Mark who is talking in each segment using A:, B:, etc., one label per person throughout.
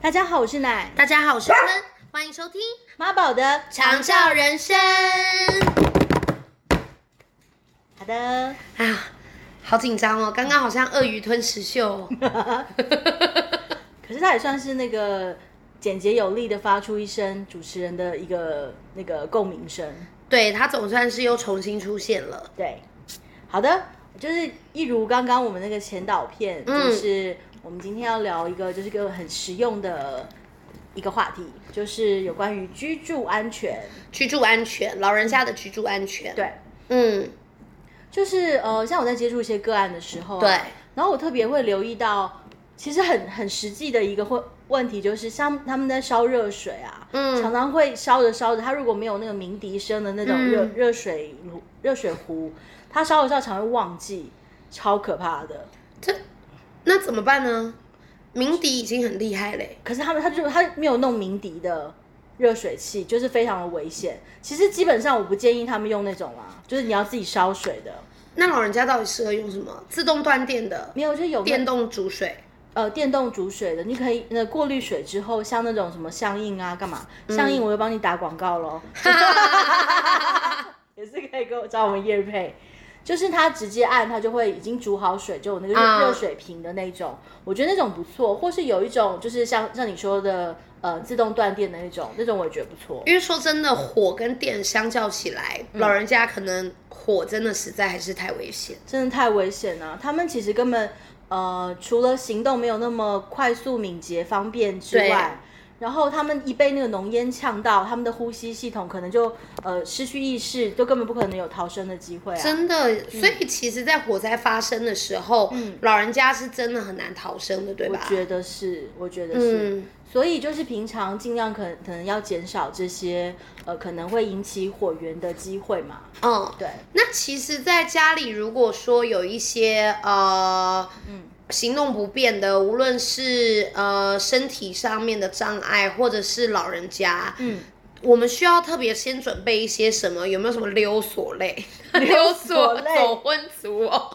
A: 大家好，我是奶
B: 大家好，我是芬，欢迎收听《
A: 妈宝的
B: 长照人生》
A: 好的，
B: 啊，好紧张哦！刚刚好像鳄鱼吞食 秀、哦，
A: 可是他也算是那个简洁有力的发出一声主持人的一个那个共鸣声。
B: 对它总算是又重新出现了。
A: 对，好的，就是一如刚刚我们那个前导片，
B: 嗯
A: 就是我们今天要聊一个，就是一个很实用的一个话题，就是有关于居住安全。
B: 居住安全，老人家的居住安全。，
A: 对，
B: 嗯，
A: 就是呃，像我在接触一些个案的时候、啊，
B: 对，
A: 然后我特别会留意到，其实很很实际的一个问问题就是，像他们在烧热水啊，
B: 嗯
A: 常常会烧着烧着，它如果没有那个鸣笛声的那种热、
B: 嗯
A: 热水炉、热水壶，它烧着烧着常会忘记，超可怕的。
B: 那怎么办呢？鸣笛已经很厉害嘞，
A: 可是他们他就他没有弄鸣笛的热水器，就是非常的危险。其实基本上我不建议他们用那种啦、就是你要自己烧水的，
B: 那老人家到底适合用什么？自动断电的，
A: 没有就有那
B: 电动煮水。
A: 呃电动煮水的，你可以呃过滤水之后，像那种什么相应啊，干嘛相应，我又帮你打广告喽，也是可以给我找我们叶配。就是它直接按，它就会已经煮好水，就有那个
B: 啊
A: 热热水瓶的那种，我觉得那种不错，或是有一种就是像像你说的呃自动断电的那种，那种我也觉得不错。
B: 因为说真的，火跟电相较起来，老人家可能火真的实在还是太危险。
A: 真的太危险了、他们其实根本呃，除了行动没有那么快速、敏捷、方便之外，然后他们一被那个浓烟呛到，他们的呼吸系统可能就呃失去意识，就根本不可能有逃生的机会啊。
B: 真的，所以其实，在火灾发生的时候，老人家是真的很难逃生的，
A: 嗯
B: 对
A: 我
B: 吧？
A: 觉得是，我觉得是，
B: 嗯
A: 所以就是平常尽量可可能要减少这些呃可能会引起火源的机会嘛。
B: 嗯，
A: 对，
B: 那其实，在家里如果说有一些呃，
A: 嗯
B: 行动不便的，无论是呃身体上面的障碍，或者是老人家，
A: 嗯，
B: 我们需要特别先准备一些什么？有没有什么溜索类？
A: 溜 索类
B: 走婚族哦，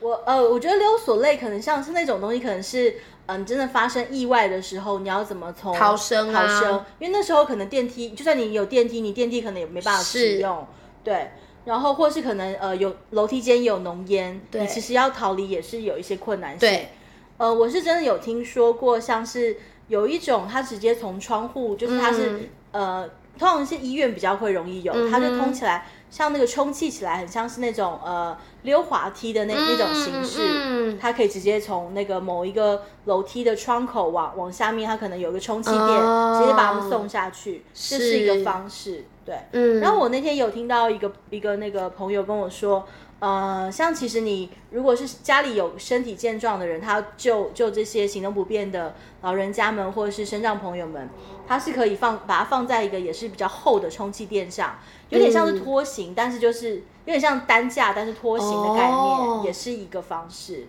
A: 我呃，我觉得溜索类可能像是那种东西，可能是嗯、你真的发生意外的时候，你要怎么从
B: 逃生啊
A: 逃生？因为那时候可能电梯，就算你有电梯，你电梯可能也没办法
B: 是
A: 使用，对。然后或是可能呃有楼梯间也有浓烟，
B: 对
A: 你其实要逃离也是有一些困难性。
B: 对，
A: 呃，我是真的有听说过，像是有一种它直接从窗户，就是它是、
B: 嗯
A: 呃，通常是医院比较会容易有，它就通起来，像那个充气起来，很像是那种呃溜滑梯的那那种形式。
B: 嗯嗯
A: 它可以直接从那个某一个楼梯的窗口往往下面，它可能有一个充气垫，
B: 哦
A: 直接把它们送下去，这是一
B: 是
A: 个方式。对，
B: 嗯，
A: 然后我那天有听到一个一个那个朋友跟我说，呃，像其实你如果是家里有身体健壮的人，他救救这些行动不便的老人家们或者是身障朋友们，他是可以放把它放在一个也是比较厚的充气垫上，有点像是
B: 嗯
A: 拖行，但是就是有点像担架，但是拖行的概念、
B: 哦
A: 也是一个方式。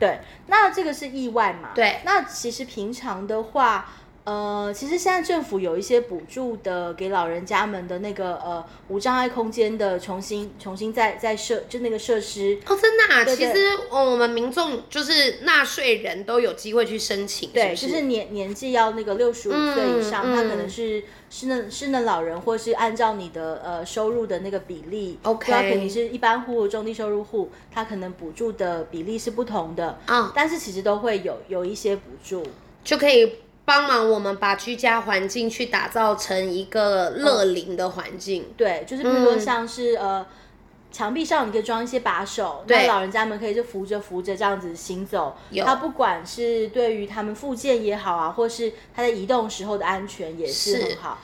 A: 对，那这个是意外嘛？
B: 对
A: 那其实平常的话，呃，其实现在政府有一些补助的，给老人家们的那个呃无障碍空间的重新重新再再设，就那个设施。
B: 哦，真的、啊，
A: 对对
B: 其实哦我们民众就是纳税人都有机会去申请，
A: 对，
B: 是
A: 就
B: 不是
A: 是年年纪要那个六十五岁以上，
B: 嗯
A: 他
B: 嗯
A: 可能是失能失能老人，或是按照你的呃收入的那个比例
B: OK
A: 就要肯定是一般户、中低收入户，他可能补助的比例是不同的，
B: 啊、
A: 但是其实都会有有一些补助。
B: 就可以帮忙我们把居家环境去打造成一个乐龄的环境。
A: 对，就是比如说
B: 嗯
A: 像是、呃，墙壁上你可以装一些把手，
B: 对
A: 那老人家们可以就扶着扶着这样子行走。
B: 有
A: 他不管是对于他们复健也好啊，或是他在移动时候的安全也是
B: 是
A: 很好。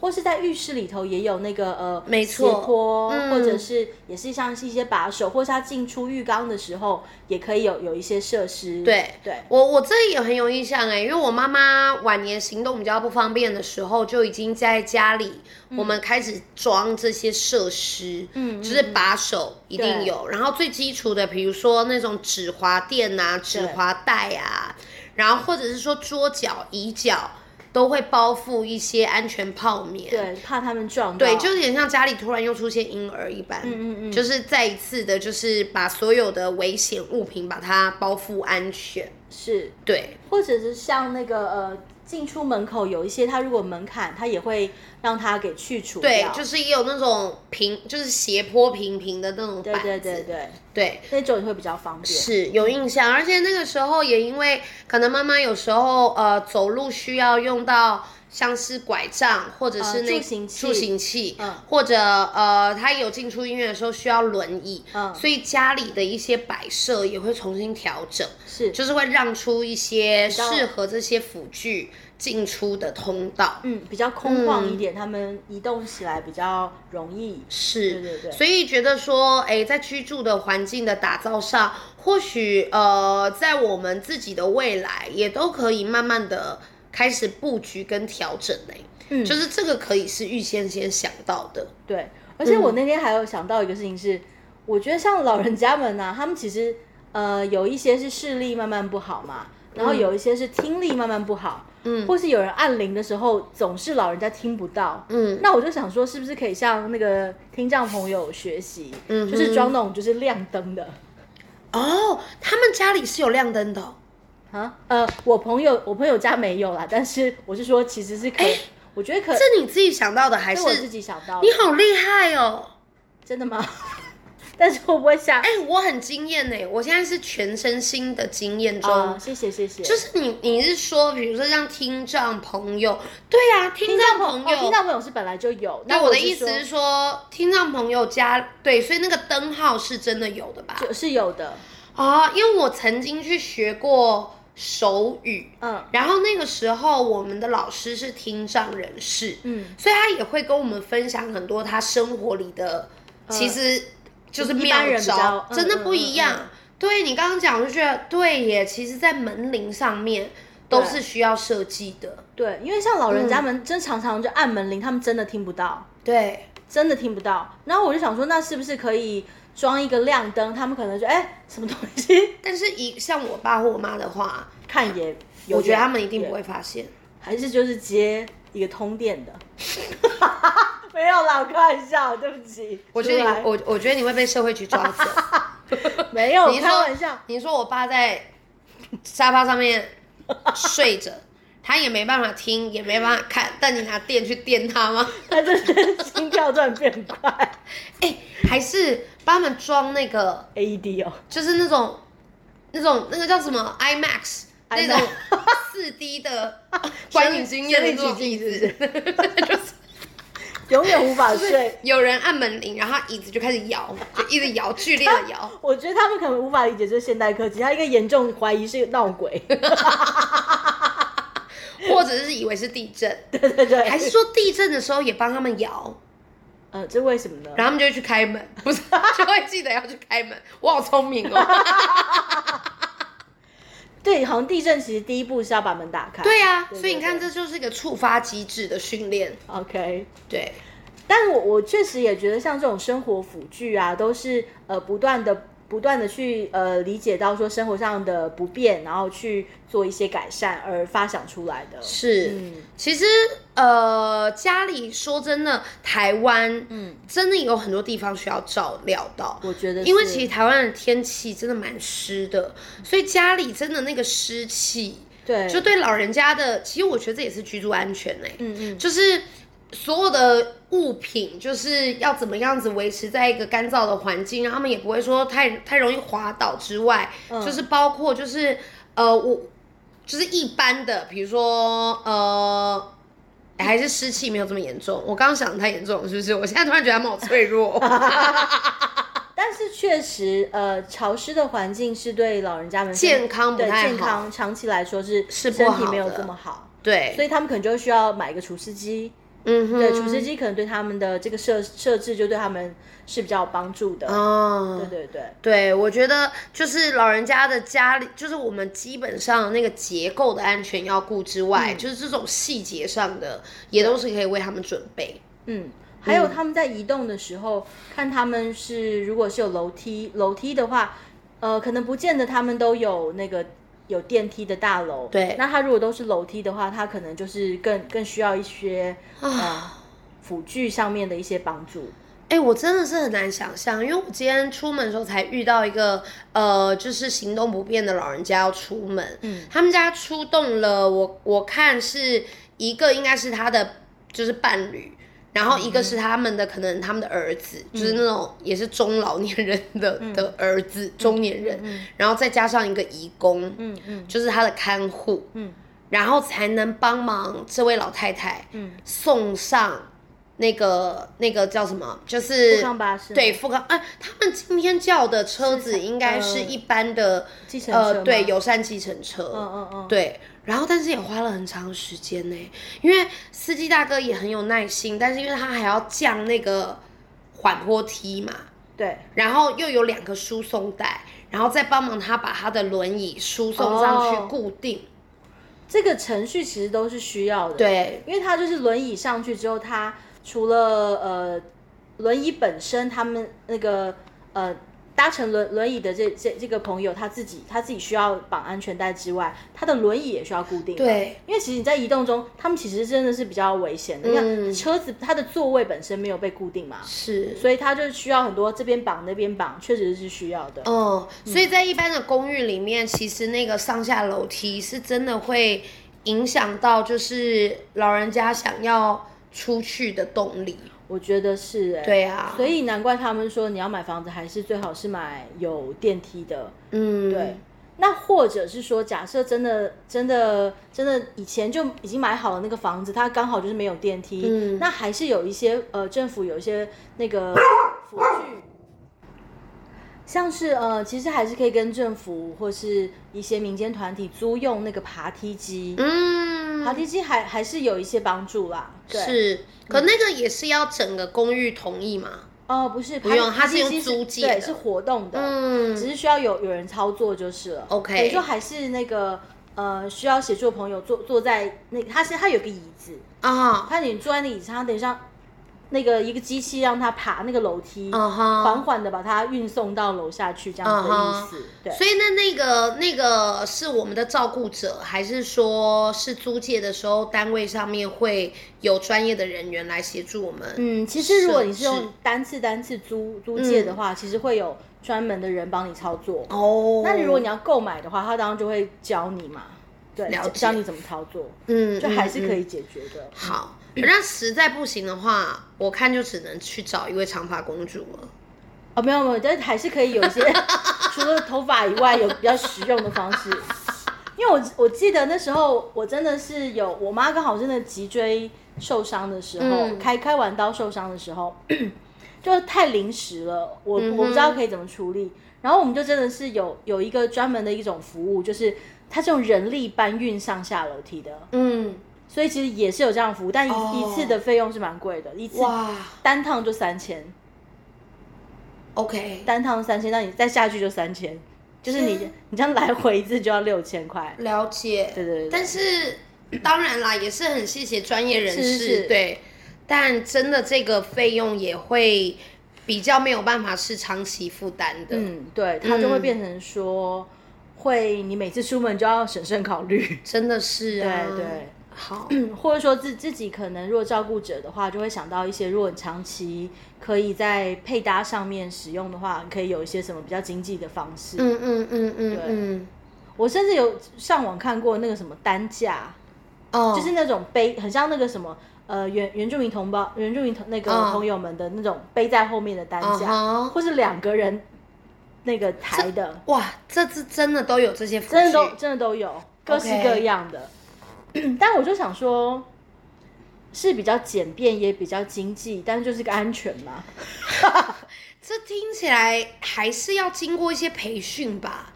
A: 或是在浴室里头也有那个呃，
B: 没错
A: 斜坡，
B: 嗯
A: 或者是也是像是一些把手，或是他进出浴缸的时候，也可以有有一些设施。
B: 对
A: 对，
B: 我我这也很有印象哎，因为我妈妈晚年行动比较不方便的时候，就已经在家里、我们开始装这些设施，
A: 嗯嗯嗯
B: 就是把手一定有，然后最基础的，比如说那种止滑垫啊、止滑带啊，然后或者是说桌角、椅角都会包覆一些安全泡棉，
A: 对，怕他们撞到。
B: 对，就有点像家里突然又出现婴儿一般，
A: 嗯嗯嗯
B: 就是再一次的，就是把所有的危险物品把它包覆安全。
A: 是，
B: 对，
A: 或者是像那个呃，进出门口有一些，它如果门槛，它也会让它给去除掉。
B: 对，就是也有那种平，就是斜坡平平的那种
A: 对
B: 板子，
A: 对对对，
B: 对
A: 那种也会比较方便。
B: 是有印象，而且那个时候也因为可能妈妈有时候呃走路需要用到像是拐杖或者是
A: 呃
B: 那
A: 助行器
B: 助行器
A: 嗯
B: 或者呃她有进出医院的时候需要轮椅，
A: 嗯
B: 所以家里的一些摆设也会重新调整，
A: 是，
B: 就是会让出一些
A: 较
B: 适合这些辅具进出的通道。
A: 嗯，比较空旷一点，他们移动起来比较容易。
B: 是，
A: 对对对
B: 所以觉得说，哎，在居住的环境的打造上，或许呃，在我们自己的未来，也都可以慢慢的开始布局跟调整嘞、
A: 嗯
B: 就是这个可以是预先先想到的，
A: 对，而且我
B: 嗯
A: 那天还有想到一个事情是，我觉得像老人家们呐、啊他们其实呃有一些是视力慢慢不好嘛，然后有一些是听力慢慢不好，
B: 嗯
A: 或是有人按铃的时候总是老人家听不到，
B: 嗯
A: 那我就想说是不是可以向那个听障朋友学习，
B: 嗯哼
A: 就是装那种就是亮灯的。
B: 哦，他们家里是有亮灯的哦、
A: 啊，呃，我朋友我朋友家没有啦，但是我是说其实是可以，我觉得可
B: 是你自己想到的还
A: 是
B: 哎是？
A: 我自己想到的
B: 你，好厉害哦！
A: 真的吗？ 但是会不会吓？
B: 哎、我很惊艳呢，我现在是全身心的惊艳中，
A: 啊，谢谢谢谢，就
B: 哦就是你，你是说，比如说像听障朋友，对啊，听障朋友，
A: 哦听障朋友是本来就有。
B: 那
A: 那
B: 我的
A: 是
B: 意思
A: 说
B: 是说，听障朋友家对，所以那个灯号是真的有的吧？
A: 就是有的，
B: 啊，因为我曾经去学过手语，
A: 嗯
B: 然后那个时候我们的老师是听障人士，
A: 嗯，
B: 所以他也会跟我们分享很多他生活里的，其实就是
A: 嗯一般
B: 妙
A: 人比
B: 招
A: 较，
B: 真的不一样。
A: 嗯嗯嗯
B: 对你刚刚讲，我就觉得对耶，其实，在门铃上面都
A: 对
B: 是需要设计的，
A: 对，因为像老人家
B: 嗯
A: 们真常常就按门铃，他们真的听不到，
B: 对，
A: 真的听不到。然后我就想说，那是不是可以装一个亮灯？他们可能就哎什么东西
B: 但是一像我爸或我妈的话，
A: 看也有点，
B: 我觉得他们一定不会发现。
A: 还是就是接一个通电的。 没有啦，我开玩笑，对不起。
B: 我觉得
A: 出来
B: 你，我我觉得你会被社会局抓 走。
A: 没有
B: 你
A: 我
B: 说
A: 开玩笑，
B: 你说我爸在沙发上面睡着，他也没办法听，也没办法看，但你拿电去电他吗？
A: 他真的心跳突然变快
B: 哎、还是帮他们装那个，
A: ，AED 哦。
B: 就是那种那种那个叫什么 IMAX 那
A: IMAX
B: 种 四 D 的 观影经验的那种椅子，就是
A: 永远无法睡。
B: 有人按门铃，然后他椅子就开始摇，就一直摇，剧烈的 摇。
A: 我觉得他们可能无法理解这是现代科技，他应该严重怀疑是闹鬼。
B: 或者是以为是地震，
A: 对对对，
B: 还是说地震的时候也帮他们摇，
A: 呃，这为什么呢？
B: 然后他们就会去开门，不是 就会记得要去开门。我好聪 明哦！
A: 对，好像地震其实第一步是要把门打开。
B: 对呀、
A: 对
B: 所以你看，
A: 对
B: 这就是一个触发机制的训练。
A: ，OK。
B: 对，
A: 但我我确实也觉得，像这种生活辅具啊，都是呃不断的、不断的去呃理解到说生活上的不便，然后去做一些改善而发想出来的。
B: 是。
A: 嗯
B: 其实，呃，家里说真的，台湾，嗯，真的有很多地方需要照料到。
A: 我觉得是，
B: 因为其实台湾的天气真的蛮湿的，所以家里真的那个湿气，
A: 对，
B: 就对老人家的，其实我觉得这也是居住安全哎、
A: 嗯嗯，
B: 就是所有的物品，就是要怎么样子维持在一个干燥的环境，然后他们也不会说太太容易滑倒之外，就是包括就是呃，我就是一般的，比如说呃。还是湿气没有这么严重，我刚刚想的太严重了，是不是？我现在突然觉得他们好脆弱。
A: 但是确实，呃，潮湿的环境是对老人家们
B: 健康不
A: 对
B: 太好
A: 健康长期来说是
B: 是不
A: 身
B: 好
A: 体
B: 的
A: 没有这么好，
B: 对，
A: 所以他们可能就需要买一个除湿机。
B: 嗯哼，
A: 对，除湿机可能对他们的这个设设置就对他们是比较有帮助的。
B: 哦，
A: 对对对，
B: 对，我觉得就是老人家的家里，就是我们基本上那个结构的安全要顾之外，就是这种细节上的也都是可以为他们准备。
A: 嗯。还有他们在移动的时候，看他们是如果是有楼梯，楼梯的话，呃，可能不见得他们都有那个有电梯的大楼。
B: 对
A: 那他如果都是楼梯的话，他可能
B: 啊
A: 就是更更需要一些呃辅具上面的一些帮助。
B: 哎、哎、我真的是很难想象，因为我今天出门的时候才遇到一个呃，就是行动不便的老人家要出门，
A: 嗯，
B: 他们家出动了，我我看是一个应该是他的就是伴侣。然后一个
A: 嗯
B: 是他们的，可能他们的儿子，就是那种也是中老年人的、
A: 嗯
B: 的儿子，中年人，然后再加上一个义工，
A: 嗯嗯
B: 就是他的看护，
A: 嗯
B: 然后才能帮忙这位老太太
A: 嗯，
B: 送上那个那个叫什么，就
A: 富
B: 是
A: 康巴士吗
B: 对富康，哎、他们今天叫的车
A: 是
B: 子
A: 是
B: 应该是
A: 呃
B: 一般的，
A: 计程车
B: 呃，
A: 吗
B: 对，，友善计程车，
A: 嗯嗯嗯，
B: 对，然后但是也花了很长时间呢，因为司机大哥也很有耐心，但是因为他还要降那个缓坡梯嘛，
A: 对，
B: 然后又有两个输送带，然后再帮忙他把他的轮椅输送上去
A: 哦
B: 固定。
A: 这个程序其实都是需要的，，
B: 对，
A: 因为他就是轮椅上去之后，他除了呃轮椅本身，他们那个呃搭乘轮轮椅的这这这个朋友他自己他自己需要绑安全带之外，他的轮椅也需要固定，
B: 对，
A: 因为其实你在移动中，他们其实真的是比较危险的。你
B: 嗯
A: 看车子它的座位本身没有被固定嘛，
B: 是。
A: 所以它就需要很多这边绑那边绑，确实是需要的。
B: 哦，所以在一般的公寓里面，其实那个上下楼梯是真的会影响到，就是老人家想要出去的动力。
A: 我觉得是、欸，
B: 对啊，
A: 所以难怪他们说你要买房子还是最好是买有电梯的。
B: 嗯，
A: 对，那或者是说，假设真的真的真的以前就已经买好了那个房子，它刚好就是没有电梯，
B: 嗯
A: 那还是有一些呃政府有一些那个辅具。像是呃，其实还是可以跟政府或是一些民间团体租用那个爬梯机，
B: 嗯，
A: 爬梯机还还是有一些帮助啦。对，
B: 是，可那个也是要整个公寓同意嘛？
A: 哦，不是，爬
B: 用它是
A: 梯
B: 用
A: 机
B: 租借
A: 对，
B: 的
A: 是活动的，只
B: 嗯，
A: 是需要有有人操作就是了。
B: OK
A: 等于说还是那个呃，需要协助的朋友坐坐在那，他是他有个椅子，
B: 啊，
A: 他你坐在那椅子上，等一下那个一个机器让他爬那个楼梯，
B: 啊哈啊
A: 缓缓的把他运送到楼下去，这样子的意思。对，
B: 所以那那个那个是我们的照顾者，还是说是租借的时候，单位上面会有专业的人员来协助我们？
A: 嗯，其实如果你是
B: 设置
A: 用单次单次租租借的话，其实会有专门的人帮你操作。
B: 嗯哦，
A: 那如果你要购买的话，他当然就会教你嘛，对，
B: 了
A: 教
B: 解
A: 教你怎么操作，
B: 嗯，
A: 就还是可
B: 以。嗯
A: 以解决的。
B: 好，那实在不行的话，我看就只能去找一位长发公主了。
A: 哦，没有没有，但是还是可以有一些除了头发以外有比较实用的方式。因为我我记得那时候我真的是有，我妈刚好真的脊椎受伤的时候，
B: 嗯
A: 开开完刀受伤的时候， 就太临时了，我
B: 嗯哼
A: 我不知道可以怎么处理。然后我们就真的是有有一个专门的一种服务，就是它是用人力搬运上下楼梯的，
B: 嗯，
A: 所以其实也是有这样的服务，但一、
B: 哦
A: 一次的费用是蛮贵的，一次
B: 哇
A: 单趟就三千。
B: ，OK，
A: 单趟三千，那你再下去就三千，就是你
B: 天
A: 你这样来回一次就要六千块。
B: 了解。
A: 对对对对
B: 但是当然啦，也是很谢谢专业人士，
A: 是是
B: 对。但真的这个费用也会比较没有办法是长期负担的，
A: 嗯，对，它就会
B: 嗯
A: 变成说，会你每次出门就要审慎考虑，
B: 真的是啊。
A: 对对
B: 好，
A: 或者说自自己可能如果照顾者的话，就会想到一些，如果你长期可以在配搭上面使用的话，你可以有一些什么比较经济的方式。
B: 嗯嗯嗯嗯嗯，
A: 我甚至有上网看过那个什么单价，
B: 哦，
A: 就是那种背，很像那个什么。呃，原原住民同胞、原住民同那个
B: 嗯
A: 朋友们的那种背在后面的担架
B: 嗯哼
A: 或是两个人那个抬的，
B: 哇，这次真的都有这些服
A: 真的都
B: 具
A: 真的都有，各式各样的。 但我就想说，是比较简便，也比较经济，但是就是个安全嘛。
B: 这听起来还是要经过一些培训吧。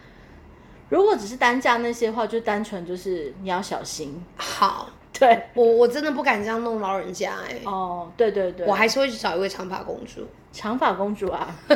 A: 如果只是单价那些的话，就单纯就是你要小心。
B: 好，
A: 对，
B: 我我真的不敢这样弄老人家哎、
A: 哦，对对对，
B: 我还是会去找一位长发公主。
A: 长发公主啊，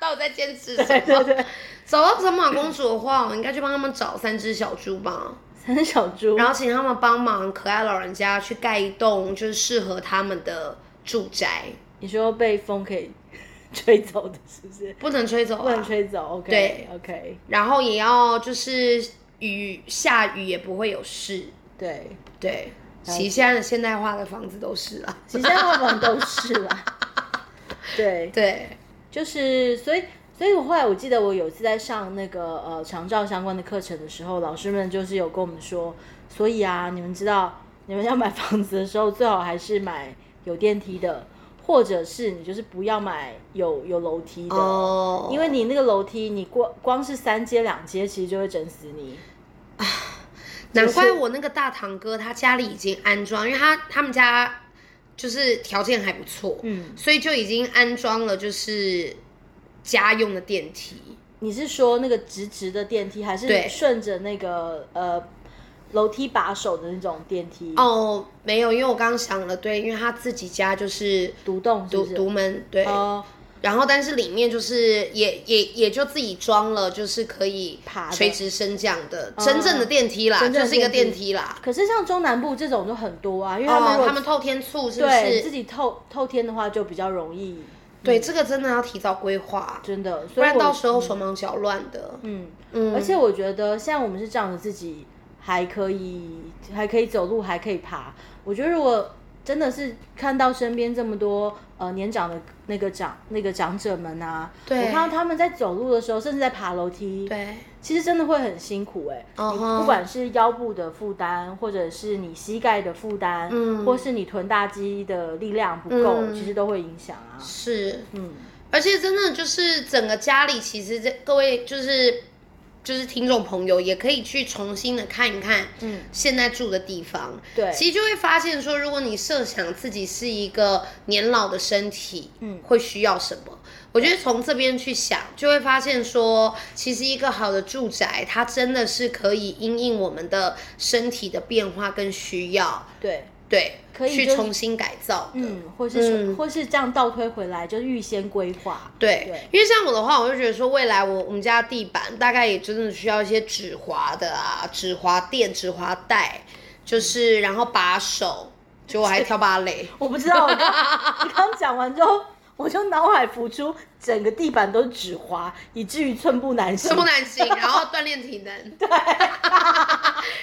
B: 到底在坚持什么？
A: 对对对，
B: 找到长发公主的话，我应该去帮他们找三只小猪吧，
A: 三只小猪，
B: 然后请他们帮忙可爱老人家去盖一栋就是适合他们的住宅，
A: 你说被风可以 吹走的，是不是？
B: 不能吹走
A: 不能
B: 啊。
A: 吹走，OK，
B: 对
A: ，OK，
B: 然后也要就是雨下雨也不会有事，
A: 对，
B: 对。其实现在的现代化的房子都是啊，
A: 其实现在往往都是啦。对，
B: 对，
A: 就是所以，所以我后来我记得我有一次在上那个呃长照相关的课程的时候，老师们就是有跟我们说，所以啊，你们知道，你们要买房子的时候，最好还是买有电梯的，或者是你就是不要买有有楼梯的，
B: 哦，
A: 因为你那个楼梯，你光光是三阶两阶，其实就会整死你。
B: 难怪
A: 是
B: 我那个大堂哥他家里已经安装，因为他他们家就是条件还不错，
A: 嗯，
B: 所以就已经安装了就是家用的电梯。
A: 你是说那个直直的电梯，还是
B: 对
A: 顺着那个呃楼梯把手的那种电梯？，
B: 哦，没有，因为我刚刚想了，对，因为他自己家就是
A: 独栋是
B: 独
A: 不是？
B: 独门，对，
A: 哦，
B: 然后但是里面就是也也也就自己装了，就是可以
A: 爬的
B: 垂直升降的哦真正的电梯啦，
A: 真正
B: 就
A: 的
B: 是一个
A: 电
B: 电
A: 梯
B: 梯啦。
A: 可是像中南部这种就很多啊，因为他们如
B: 哦，
A: 果、
B: 他们透天厝是不
A: 对
B: 是？
A: 自己透透天的话，就比较容易，
B: 对，这个真的要提早规划，
A: 真的。所
B: 不
A: 以
B: 然
A: 我
B: 到时候手忙脚乱的。
A: 嗯
B: 嗯
A: 而且我觉得现在我们是这样的，自己还可以还可以走路，还可以爬。我觉得如果真的是看到身边这么多呃年长的那个长那个长者们啊，
B: 对
A: 我看到他们在走路的时候，甚至在爬楼梯，
B: 对，
A: 其实真的会很辛苦哎、
B: 哦
A: 你
B: 吼
A: 不管是腰部的负担，或者是你膝盖的负担，
B: 嗯
A: 或是你臀大肌的力量不够，
B: 嗯
A: 其实都会影响啊。
B: 是，
A: 嗯，
B: 而且真的就是整个家里，其实这各位就是就是听众朋友也可以去重新的看一看，
A: 嗯
B: 现在住的地方，
A: 对
B: 其实就会发现说，如果你设想自己是一个年老的身体，
A: 嗯
B: 会需要什么？我觉得从这边去想，就会发现说，其实一个好的住宅，它真的是可以因应我们的身体的变化跟需要，
A: 对，
B: 对，
A: 可以
B: 去
A: 就是
B: 重新改造的。
A: 嗯，或是、
B: 嗯
A: 或是这样倒推回来，就是预先规划。
B: 对，
A: 对
B: 因为像我的话，我就觉得说，未来我我们家的地板大概也真的需要一些止滑的啊，止滑垫、止滑带，
A: 嗯
B: 就是然后把手，结果我还跳芭 蕾，
A: 我不知道，我刚你刚讲完之后，我就脑海浮出整个地板都是纸滑，以至于寸步难行。
B: 这么难行，然后锻炼体能，对，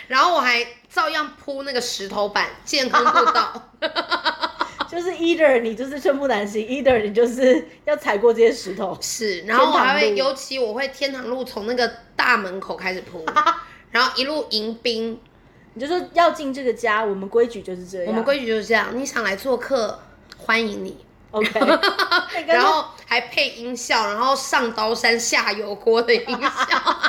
B: 然后我还照样铺那个石头板，健康步 道，
A: 就是 either 你就是寸步难行，either 你就是要踩过这些石头。
B: 是，然后我
A: 天
B: 还会，
A: 堂路
B: 尤其我会天堂路从那个大门口开始铺，然后一路迎宾，
A: 你就说要进这个家，我们规矩就是这样。
B: 我们规矩就是这样，你想来做客，欢迎你。
A: OK，然
B: 然
A: 后
B: 后还配音效，然后上刀山下油锅的 音效，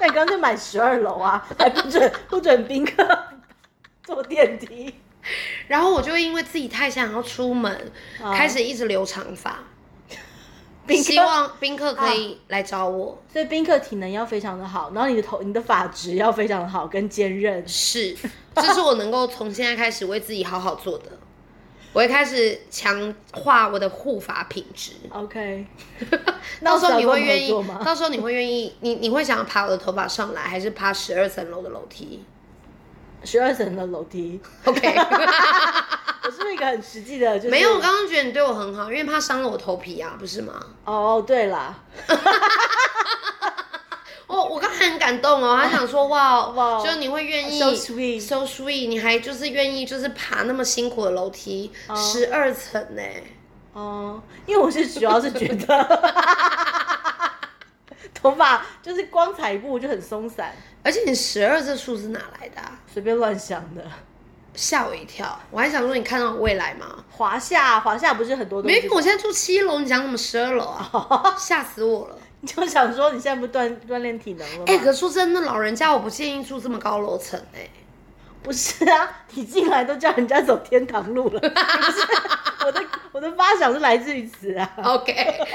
A: 那你刚就买十二楼 啊，还不准不准宾客 坐电梯。
B: 然后我就会因为自己太想要出门，
A: 啊
B: 开始一直留长 发，
A: 宾
B: 希
A: 客，啊
B: 望宾客可以来找我。
A: 所以宾客体能要非常的好，然后你的头、你的发质要非常的好，跟坚韧。
B: 是，这是我能够从现在开始为自己好好做的。我会开始强化我的护发品质。
A: OK，
B: 到时候你会
A: 那我
B: 愿
A: 是
B: 意
A: 要跟我合作吗？
B: 到时候你会愿意，你你会想要爬我的头发上来，还是爬十二层楼的楼梯
A: 十二层的楼 梯，
B: ？OK，
A: 我是不是一个很实际的，就是
B: 没有，我刚刚觉得你对我很好，因为怕伤了我头皮啊，不是吗？
A: 哦，对啦，
B: 哦，我刚才很感动哦，他想说哇
A: 哇
B: 哇，就你会愿意
A: So sweet
B: so sweet，你还就是愿意就是爬那么辛苦的楼梯，十二层呢，
A: 哦，因为我是主要是觉得头发就是光踩一步就很松散，
B: 而且你十二这数字哪来的、啊？
A: 随便乱想的。
B: 吓我一跳，我还想说你看到我未来吗？
A: 华夏，华夏不是很多东
B: 没有，因
A: 西
B: 为，我现在住七楼，你讲什么十二楼 啊？吓死我了！
A: 你就想说你现在不锻锻炼体能了吗？
B: 哎、可说真的，老人家我不建议住这么高楼层哎。
A: 不是啊，你进来都叫人家走天堂路 了，不是我的我的发想是来自于此啊。
B: OK，但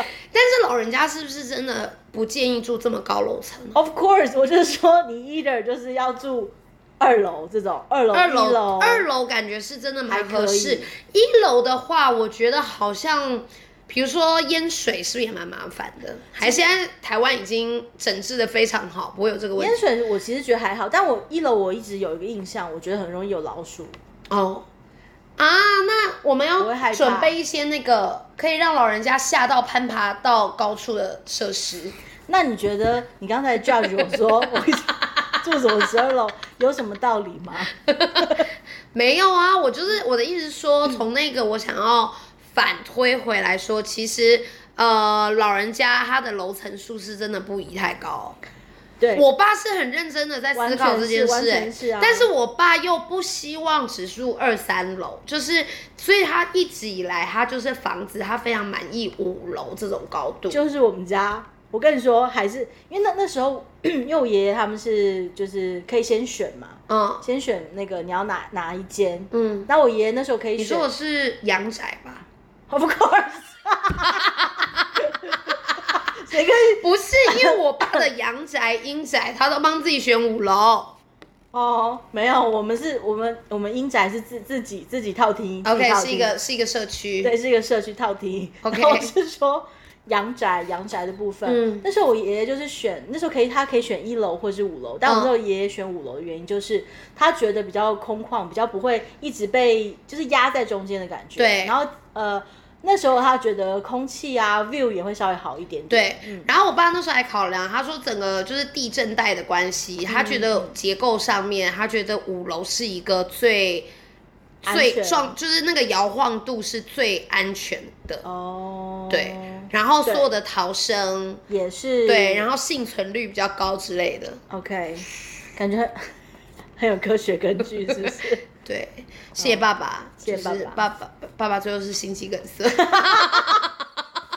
B: 是老人家是不是真的不建议住这么高楼层？
A: Of course，我就是说你 either 就是要住二楼这种，二楼
B: 二
A: 哦一楼
B: 楼，二楼感觉是真的蛮合
A: 还
B: 适
A: 可以。
B: 一楼的话，我觉得好像，比如说淹水是不是也蛮麻烦的？还现在台湾已经整治的非常好，不会有这个问
A: 烟
B: 题。
A: 水我其实觉得还好，但我一楼我一直有一个印象，我觉得很容易有老鼠。
B: 哦，啊，那我们
A: 我会害怕
B: 要准备一些那个可以让老人家吓到攀爬到高处的设施。
A: 那你觉得你刚才 judge 我说我住什么十二楼有什么道理吗？
B: 没有啊，我就是我的意思是说，从那个我想要反推回来说，其实呃，老人家他的楼层数是真的不宜太高。
A: 对
B: 我爸是很认真的在思考这件
A: 完
B: 事、
A: 全是完
B: 哎
A: 全是啊
B: 但是我爸又不希望只住二三楼，就是所以他一直以来他就是房子他非常满意五楼这种高度，
A: 就是我们家，我跟你说，还是因为那那时候， 因为我爷爷他们是就是可以先选嘛，
B: 嗯
A: 先选那个你要哪哪一间。
B: 嗯，
A: 那我爷爷那时候可以
B: 你
A: 选
B: 说我是阳宅吧？
A: ，of course，谁可以？
B: 不是，因为我爸的阳宅、阴宅，他都帮自己选 五楼。
A: 哦，没有，我们是我们我们英宅是自自己自己套厅自己
B: OK，
A: 套
B: 是一
A: 厅
B: 个是一个社区。
A: 对，是一个社区套题。
B: OK
A: 然后是说阳宅，阳宅的部分。
B: 嗯
A: 那时候我爷爷就是选，那时候可以他可以选一楼或是五楼，但我
B: 嗯
A: 那时候爷爷选五楼的原因就是他觉得比较空旷，比较不会一直被就是压在中间的感觉。
B: 对
A: 然后呃。那时候他觉得空气啊，view 也会稍微好一点点。
B: 对
A: 嗯，
B: 然后我爸那时候还考量，他说整个就是地震带的关
A: 嗯
B: 系，他觉得结构上面，他觉得五楼是一个最
A: 安
B: 最
A: 全
B: 状，就是那个摇晃度是最安全的。
A: 哦，
B: 对，然后所
A: 对
B: 有的逃生，
A: 也是
B: 对，然后幸存率比较高之类的。
A: OK，感觉很 很有科学根据，是不是？
B: 对，谢谢爸爸，
A: 哦谢谢爸爸
B: 就是爸爸爸爸最后是心肌梗塞，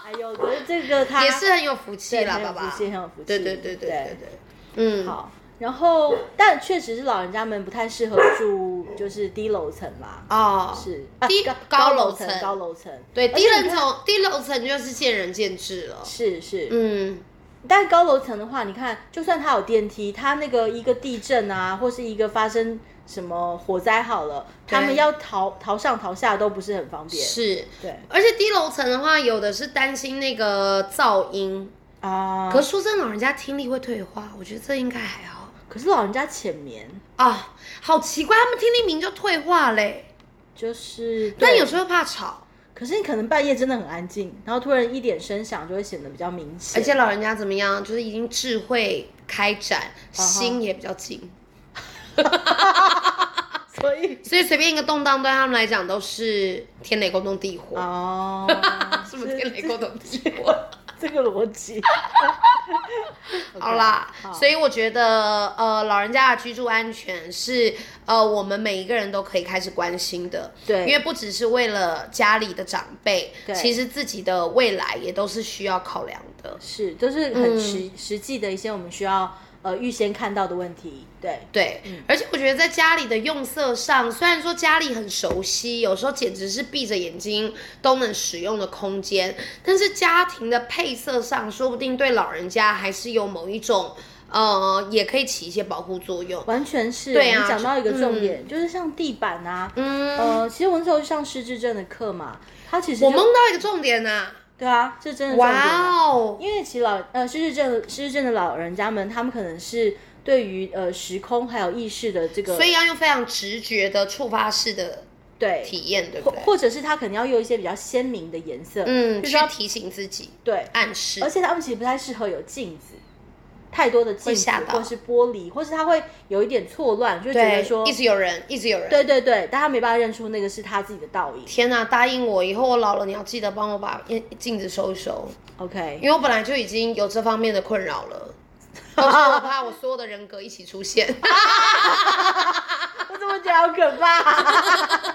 A: 哎呦，可是这个他
B: 也是很有福气
A: 对
B: 啦，爸
A: 很有
B: 爸，
A: 福气很有福气
B: 对对
A: 对
B: 对对对对，嗯，
A: 好，然后但确实是老人家们不太适合住就是低楼层啦，
B: 哦，
A: 是啊
B: 低
A: 高
B: 高
A: 高
B: 楼
A: 层
B: 层
A: 高楼层，
B: 对，
A: 而
B: 低
A: 且你
B: 楼
A: 看
B: 层低楼层就是见仁见智了，
A: 是是，
B: 嗯，
A: 但高楼层的话，你看就算它有电梯，它那个一个地震啊，或是一个发生什么火灾好了，他们
B: 对
A: 要逃逃上逃下都不是很方便，
B: 是，
A: 对
B: 而且低楼层的话，有的是担心那个噪音，
A: 啊，
B: 可是说真的，老人家听力会退化，我觉得这应该还好
A: 可是老人家浅眠
B: 啊，好奇怪，他们听力明就退化嘞，
A: 就是，
B: 但
A: 对
B: 有时候怕吵。
A: 可是你可能半夜真的很安静，然后突然一点声响就会显得比较明显，
B: 而且老人家怎么样，就是已经智慧开
A: 啊
B: 展，心也比较静，
A: 所以
B: 所以随便一个动荡对他们来讲都是天雷勾动地火，，
A: 哦
B: 是不是天雷勾动地
A: 这
B: 火？
A: 这个逻 辑。
B: 好啦
A: OK，好
B: 所以我觉得呃，老人家的居住安全是呃我们每一个人都可以开始关心的，
A: 对
B: 因为不只是为了家里的长辈，
A: 对
B: 其实自己的未来也都是需要考量的。
A: 是，就是
B: 嗯
A: 很实、实际的一些我们需要呃预先看到的问题。对，
B: 对，
A: 嗯
B: 而且我觉得在家里的用色上，虽然说家里很熟悉，有时候简直是闭着眼睛都能使用的空间，但是家庭的配色上，说不定对老人家还是有某一种，呃，也可以起一些保护作用。
A: 完全是。
B: 对啊
A: 你讲到一个重点，就是像地板啊，
B: 嗯，
A: 呃，其实我那时候上失智症的课嘛，它其实
B: 我
A: 就
B: 梦到一个重点呐、
A: 对啊，这真的重点啊、
B: 哇哦，
A: 因为其实老呃失智症失智症的老人家们，他们可能是对于呃时空还有意识的这个
B: 所以要用非常直觉的触发式的
A: 对
B: 体验，对不
A: 或
B: 对？
A: 或者是他可能要用一些比较鲜明的颜色，
B: 嗯，
A: 就
B: 去
A: 是要
B: 提醒自己，
A: 对，
B: 暗示
A: 而，且他们其实不太适合有镜子，太多的镜
B: 会
A: 子
B: 吓到
A: 或是玻璃，或是他会有一点错乱，就觉得
B: 对
A: 说，，
B: 一直有人，一直有人，
A: 对对对，但他没办法认出那个是他自己的倒 影。
B: 天呐、答应我，以后我老了，你要记得帮我把镜镜子收一收，因
A: OK，
B: 为我本来就已经有这方面的困扰 了，而且我怕我所有的人格一起出现。
A: 我怎么觉得好可怕？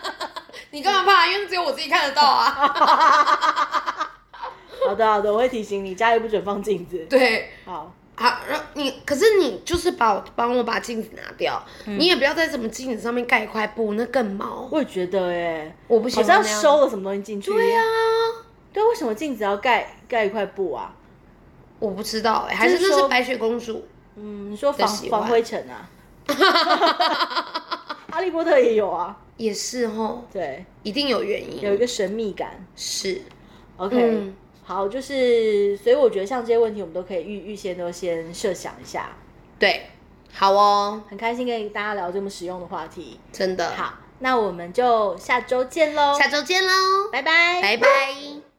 B: 你干嘛怕？因为只有我自己看得到啊。
A: 好的好的，我会提醒你，家里不准放镜 子。
B: 对，
A: 好，
B: 啊，然后你可是你就是把我帮我把镜子拿掉，你也不要在什么镜子上面盖一块布，那更毛。
A: 我也觉得哎、
B: 我不喜
A: 好
B: 欢
A: 像
B: 那样
A: 收了什么东西进去。
B: 对啊呀、
A: 对，啊为什么镜子要盖盖一块布啊？
B: 我不知道哎、还是
A: 就是
B: 那是
A: 说
B: 白雪公主，
A: 嗯，你说防
B: 喜欢
A: 防灰尘 啊？哈利波特也有啊，
B: 也是吼，
A: 对，
B: 一定有原因。
A: 有一个神秘感。
B: 是，
A: OK，、
B: 嗯，
A: 好，就是所以我觉得像这些问题，我们都可以预预先都先设想一下。
B: 对，好哦，
A: 很开心跟大家聊这么实用的话题。
B: 真的，
A: 好，那我们就下周见喽，
B: 下周见喽，
A: 拜拜，
B: 拜拜